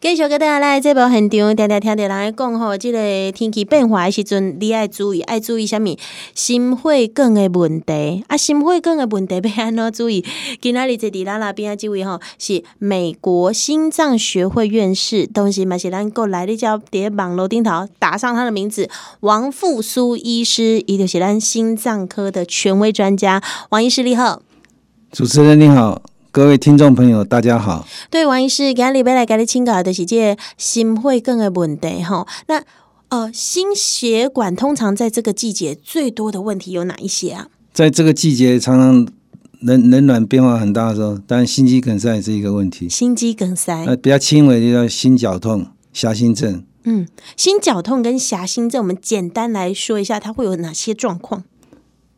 继续跟大家来这部现场，常常听着人来讲吼，即、个天气变化的时阵，你爱注意，爱注意什物心血管的问题啊，心血管的问题要安怎注意？今仔日这伫咱那边啊，即位吼是美国心脏学会院士，同时嘛是咱国内的叫伫咧网络顶头打上他的名字王复苏医师，伊就是咱心脏科的权威专家。王医师你好，主持人你好，各位听众朋友大家好。对王医师今仔日要来甲你请教的就是这个心血管的问题吼。那呃，心血管通常在这个季节最多的问题有哪一些啊？在这个季节，常常冷冷暖变化很大的时候，当然心肌梗塞也是一个问题。心肌梗塞，那比较轻微的叫心绞痛、狭心症。嗯，心绞痛跟狭心症，我们简单来说一下，它会有哪些状况？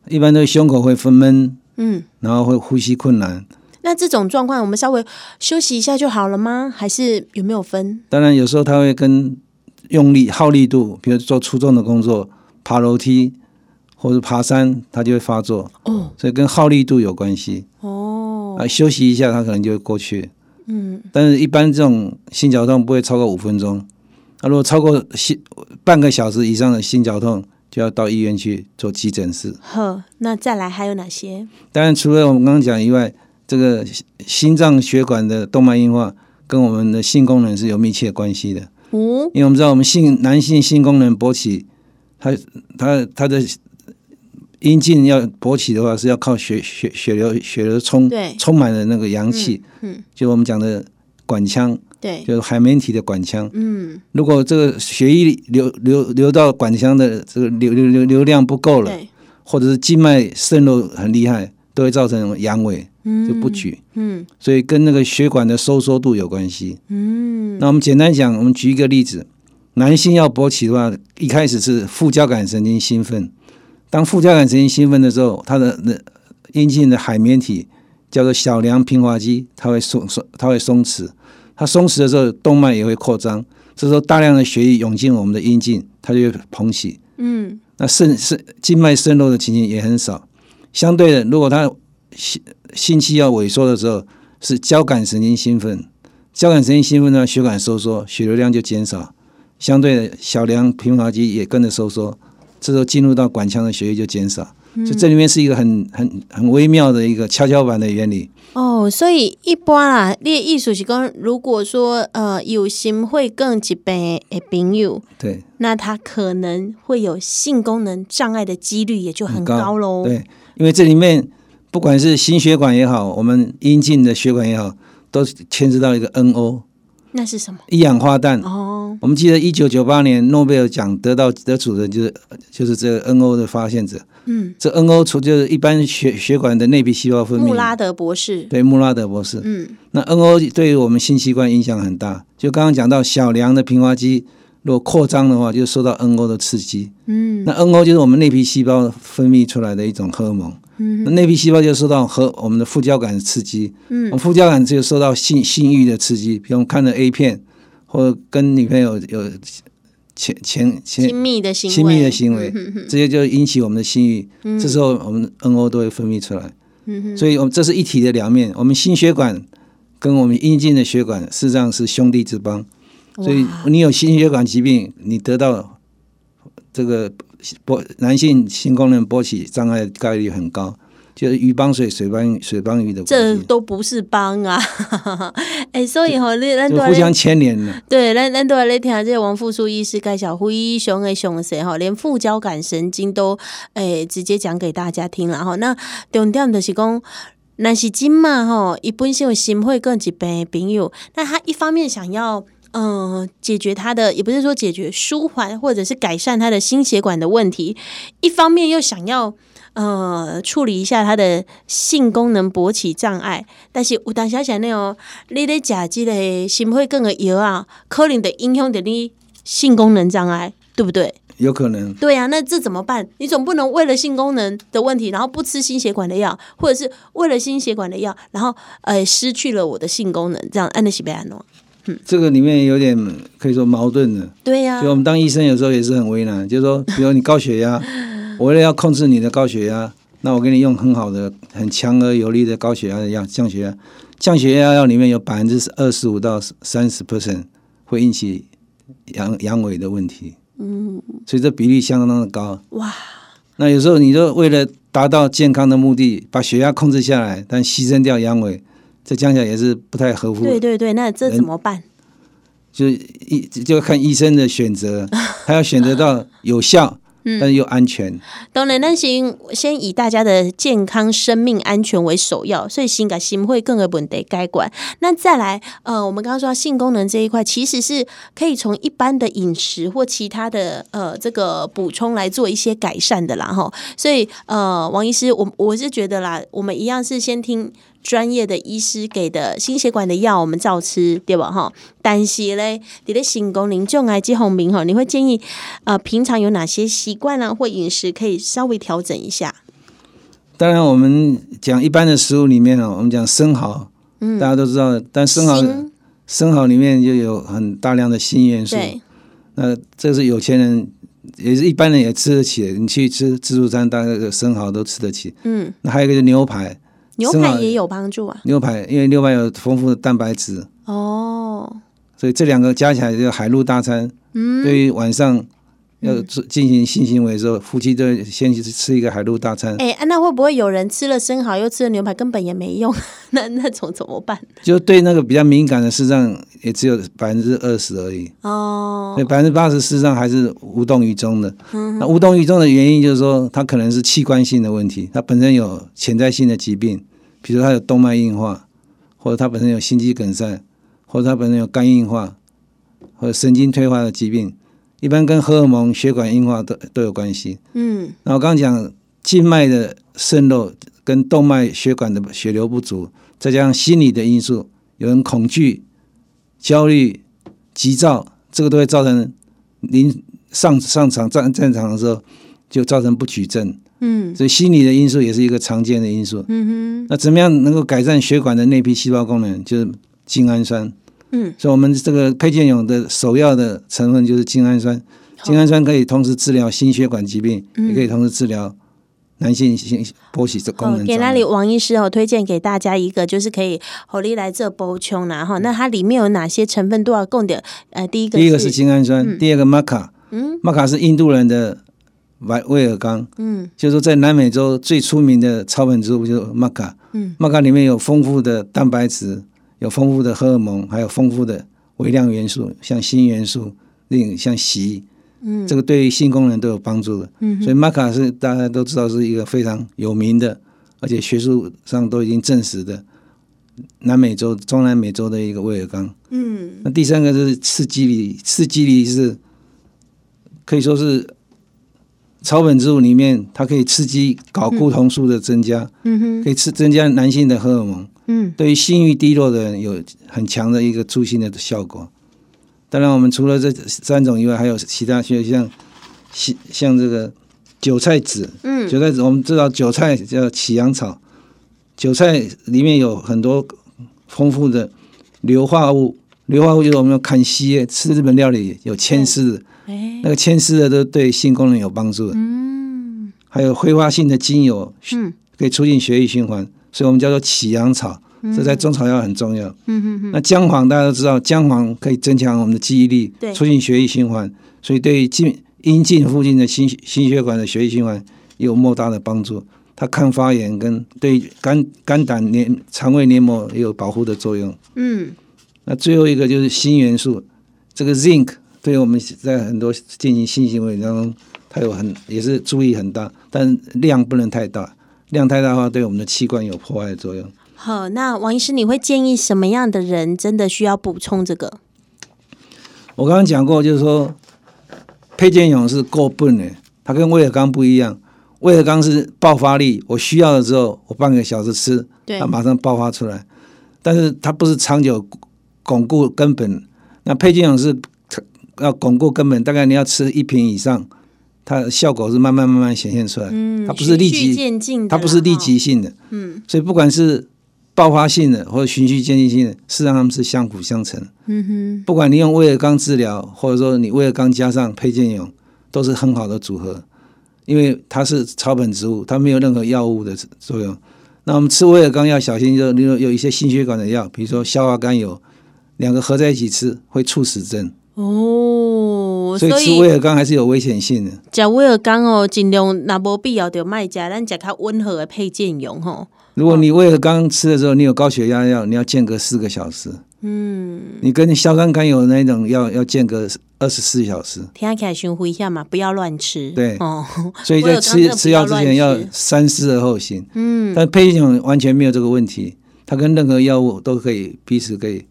一般都是胸口会闷闷，嗯，然后会呼吸困难。那这种状况，我们稍微休息一下就好了吗？还是有没有分？当然有时候它会跟用力、耗力度，比如做粗重的工作，爬楼梯或者爬山，它就会发作。哦所以跟耗力度有关系。哦，啊，休息一下，它可能就会过去。嗯，但是一般这种心绞痛不会超过五分钟。那、如果超过心半个小时以上的心绞痛，就要到医院去做急诊室。呵，那再来还有哪些？当然，除了我们刚刚讲以外，这个心心脏血管的动脉硬化跟我们的性功能是有密切关系的。哦，因为我们知道，我们性男性性功能勃起，它它它的阴茎要勃起的话，是要靠血血血流血流充对充满了那个阳气，嗯，就我们讲的管腔，对，就是海绵体的管腔。嗯，如果这个血液流流流到管腔的这个流流流流量不够了，对，或者是静脉渗漏很厉害，都会造成阳痿嗯，就不举，嗯所以跟那个血管的收缩度有关系。嗯，那我们简单讲，我们举一个例子，男性要勃起的话，一开始是副交感神经兴奋，当副交感神经兴奋的时候，它的那阴茎的海绵体叫做小梁平滑肌，它会松松，它会松弛，它松弛的时候，动脉也会扩张，这时候大量的血液涌进我们的阴茎，它就会膨起，嗯那肾肾静脉渗漏的情形也很少。相对的，如果他心心气要萎缩的时候，是交感神经兴奋，交感神经兴奋呢，血管收缩，血流量就减少，相对的小梁平滑肌也跟着收缩，这时候进入到管腔的血液就减少。就这里面是一个很很很微妙的一个跷跷板的原理。哦，所以一般啦，你的意思是讲，如果说呃有心会更疾病的朋友，对，那他可能会有性功能障碍的几率也就很很高高喽。对，因为这里面不管是心血管也好，我们阴茎的血管也好，都牵涉到一个 NO 那是什么？一氧化氮。哦，我们记得一九九八年诺贝尔奖得到得主的就是就是这个 NO 的发现者。嗯，这 NO 除就是一般血血管的内皮细胞分泌，穆拉德博士，对穆拉德博士。嗯那 NO 对于我们性器官影响很大。就刚刚讲到小梁的平滑肌，如果扩张的话，就受到 NO 的刺激。嗯那 NO 就是我们内皮细胞分泌出来的一种荷尔蒙。嗯那内皮细胞就受到和我们的副交感刺激，我嗯们副交感就受到性性欲的刺激，比如我们看了 A 片，或者跟女朋友有前前亲前密的行为，亲密的行为嗯哼哼这些就引起我们的性欲，这时候我们 NO 都会分泌出来，嗯哼所以我们这是一体的两面，我们心血管跟我们阴茎的血管事实上是兄弟之邦，所以嗯哇你有心血管疾病，你得到这个勃男性性功能勃起障碍的概率很高，就是鱼帮水，水帮水帮鱼的这关系，都不是帮啊！ 哎、所以吼，你咱就都互相牵连了。 对，咱咱都来听这个王复苏医师介绍，胡医雄的雄谁吼，连副交感神经都诶、直接讲给大家听了吼。那重点就是讲，那是金嘛吼，一本身有心会更疾病的朋友，那他一方面想要。嗯，解决他的也不是说解决舒缓或者是改善他的心血管的问题，一方面又想要呃处理一下他的性功能勃起障碍，但是有当时想那哦，你咧食即个心血管的药啊，可能得影响着你性功能障碍，对不对？有可能对啊，那这怎么办？你总不能为了性功能的问题，然后不吃心血管的药，或者是为了心血管的药，然后呃失去了我的性功能，这样按的西贝安诺。这个里面有点可以说矛盾的，对啊呀、所以我们当医生有时候也是很为难，就是说，比如你高 血压，我为了要控制你的高血压，那我给你用很好的、很强而有力的高血压的药降血压，降血压药里面有百分之二十五到三十 percent 会引起阳阳痿的问题。嗯，所以这比例相当的高。哇，那有时候你就为了达到健康的目的，把血压控制下来，但牺牲掉阳痿，这讲起来也是不太合乎。对对对，那这怎么办？就是医就要看医生的选 择，他要选择到有效，嗯但是又安全。当然，咱先先以大家的健康、生命安全为首要，所以性感心会更有本得该管。那再来，呃，我们刚刚说到性功能这一块，其实是可以从一般的饮食或其他的呃这个补充来做一些改善的啦，哈。所以，呃，王医师，我我是觉得啦，我们一样是先听。专业的医师给的心血管的药，我们照吃，对吧？哈，但是嘞，你的性功能障癌及红明哈，你会建议呃，平常有哪些习惯啊或饮食可以稍微调整一下？当然，我们讲一般的食物里面哦，我们讲生蚝，嗯大家都知道，但生蚝锌生蚝里面就有很大量的锌元素，对，那这是有钱人，也是一般人也吃得起的。你去吃自助餐，大概个生蚝都吃得起。嗯，那还有一个就是牛排，牛生蚝排也有帮助啊。牛排因为牛排有丰富的蛋白质，哦，所以这两个加起来就是海陆大餐。嗯，对于晚上要做进行性行为的时候，夫妻都先去吃一个海陆大餐，哎、啊那会不会有人吃了生蚝又吃了牛排，根本也没用？ 那那种怎么办？就对那个比较敏感的，事实上也只有百分之二十而已。哦所以，百分之八十事实上还是无动于衷的。那无动于衷的原因就是说，它可能是器官性的问题，它本身有潜在性的疾病，比如它有动脉硬化，或者它本身有心肌梗塞，或者它本身有肝硬化，或者神经退化的疾病，一般跟荷尔蒙、血管硬化都都有关系。嗯，那我刚刚讲静脉的渗漏跟动脉血管的血流不足，再加上心理的因素，有人恐惧、焦虑、急躁，这个都会造成临上上场战战场的时候就造成不举症。嗯，所以心理的因素也是一个常见的因素。嗯那怎么样能够改善血管的内皮细胞功能？就是精氨酸。嗯，所以我们这个配件泳的首要的成分就是精氨酸。精氨酸可以同时治疗心血管疾病，嗯也可以同时治疗男性性勃起的功哦，能给障那碍。里王医师哦，推荐给大家一个，就是可以火力来这补充啦哈。那它里面有哪些成分都要供的？呃，第一个第一个是精氨酸，第二个玛卡。嗯，玛卡是印度人的维威尔刚，嗯就是说在南美洲最出名的草本植物就是玛卡。嗯，玛卡里面有丰富的蛋白质，有丰富的荷尔蒙，还有丰富的微量元素，像锌元素，另像硒，嗯这个对于性功能都有帮助的。嗯所以玛卡是大家都知道是一个非常有名的，而且学术上都已经证实的南美洲、中南美洲的一个威尔刚。嗯那第三个就是刺激梨，刺激梨是可以说是草本植物里面，它可以刺激睾固酮素的增加，嗯哼可以刺增加男性的荷尔蒙，嗯对于性欲低落的人有很强的一个助兴的效果。当然，我们除了这三种以外，还有其他些像像像这个韭菜籽，嗯韭菜籽我们知道韭菜叫起阳草，韭菜里面有很多丰富的硫化物，硫化物就是我们要看西耶吃日本料理有牵丝的，哎那个牵丝的都对性功能有帮助的，嗯还有挥发性的精油嗯可以促进血液循环，所以我们叫做起阳草，这在中草药很重要。嗯哼哼那姜黄大家都知道，姜黄可以增强我们的记忆力对，促进血液循环，所以对于近阴茎附近的心心血管的血液循环有莫大的帮助。它抗发炎跟对于肝肝胆黏肠胃黏膜也有保护的作用。嗯那最后一个就是锌元素，这个 zinc 对我们在很多进行性行为当中，它有很也是注意很大，但量不能太大，量太大的话对我们的器官有破坏的作用。好，那王医师你会建议什么样的人真的需要补充这个？我刚刚讲过，就是说，佩剑勇是够笨的，他跟威尔刚不一样。威尔刚是爆发力，我需要的时候，我半个小时吃，对它马上爆发出来。但是它不是长久巩固根本。那佩剑勇是要巩固根本，大概你要吃一瓶以上，它的效果是慢慢慢慢显现出来。嗯，它不是立循序即，渐进的啦，它不是立即性的。嗯，所以不管是爆发性的或者循序渐进性的，事实上它们是相辅相成。哈。嗯哼，不管你用威尔刚治疗，或者说你威尔刚加上配件勇，都是很好的组合，因为它是草本植物，它没有任何药物的作用。那我们吃威尔刚要小心，就例如有一些心血管的药，比如说硝化甘油，两个合在一起吃会猝死症，哦，所以所吃以威尔刚还是有危险性的。食威尔刚哦，尽量若无必要就卖食，咱食较温和的配件用吼。如果你威尔刚吃的时候，你有高血压药，你要间隔四个小时。嗯，你跟硝酸甘油那一种要要间隔二十四小时，听起来循环一下嘛，不要乱吃。对哦， 所威以在尔刚吃真的不吃药要之乱前要吃三思而后行。嗯，但配型完全没有这个问题，它跟任何药物都可以彼此可以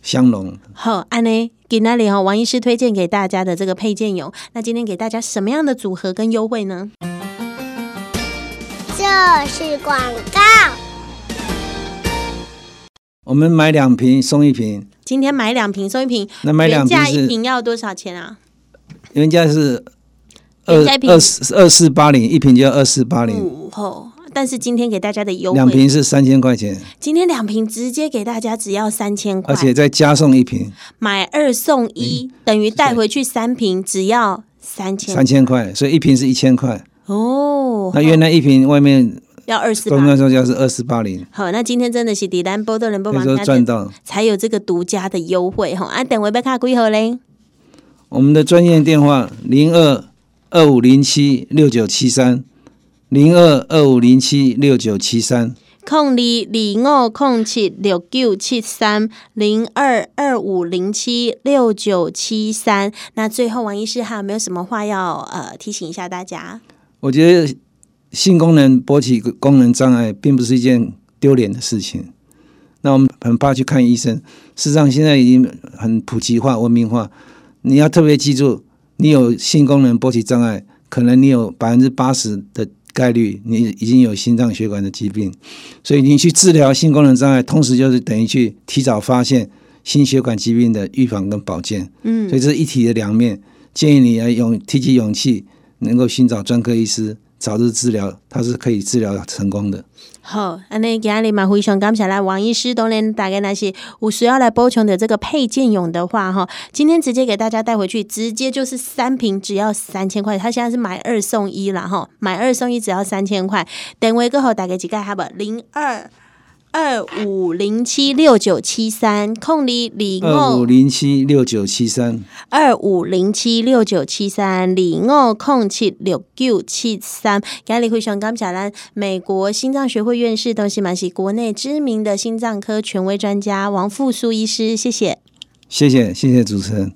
相容。好，安呢，给那里哈，王医师推荐给大家的这个配件有，那今天给大家什么样的组合跟优惠呢？这是广告。我们买两瓶送一瓶，今天买两瓶送一瓶，那买两原瓶价一是瓶要多少钱啊？原价是二原价一瓶二四二四八零，一瓶就要二四八零，五吼，但是今天给大家的优两惠，瓶是三千块钱，今天两瓶直接给大家只要三千块而，且再加送一瓶买二送一，等于带回去三瓶只要三千三千块，所以一瓶是一千块。哦。那原来一瓶外面要二四八官。方售价是二四八零，好，那今天真的是迪兰波特人波所以王说家赚到。才有这个独家的优惠吼。啊，等我贝卡几号嘞？我们的专线电话零二二五零七六九七三，零二二五零七六九七三。空二二五空七六九七三零二二五零七六九七三。那最后，王医师还有没有什么话要呃提醒一下大家？我觉得性功能勃起功能障碍并不是一件丢脸的事情。那我们很怕去看医生，事实上现在已经很普及化、文明化。你要特别记住，你有性功能勃起障碍，可能你有百分之八十的概率，你已经有心脏血管的疾病。所以你去治疗性功能障碍，同时就是等于去提早发现心血管疾病的预防跟保健。嗯所以这是一体的两面，建议你要勇提起勇气，能够寻找专科医师，早日治疗，它是可以治疗成功的。好，安尼今日嘛非常感谢来王医师，当然大概那是有需要来补充的这个配件用的话哈，今天直接给大家带回去，直接就是三瓶只要三千块，他现在是买二送一啦哈，买二送一只要三千块，等位过后大概几个好不好？零二二五零七六九七三空里零二哦五。零七六九七三，二五零七六九七三零二空七六九七三。今日非常感谢咱美国心脏学会院士，同时嘛是国内知名的心脏科权威专家王富苏医师，谢谢。谢谢谢谢主持人。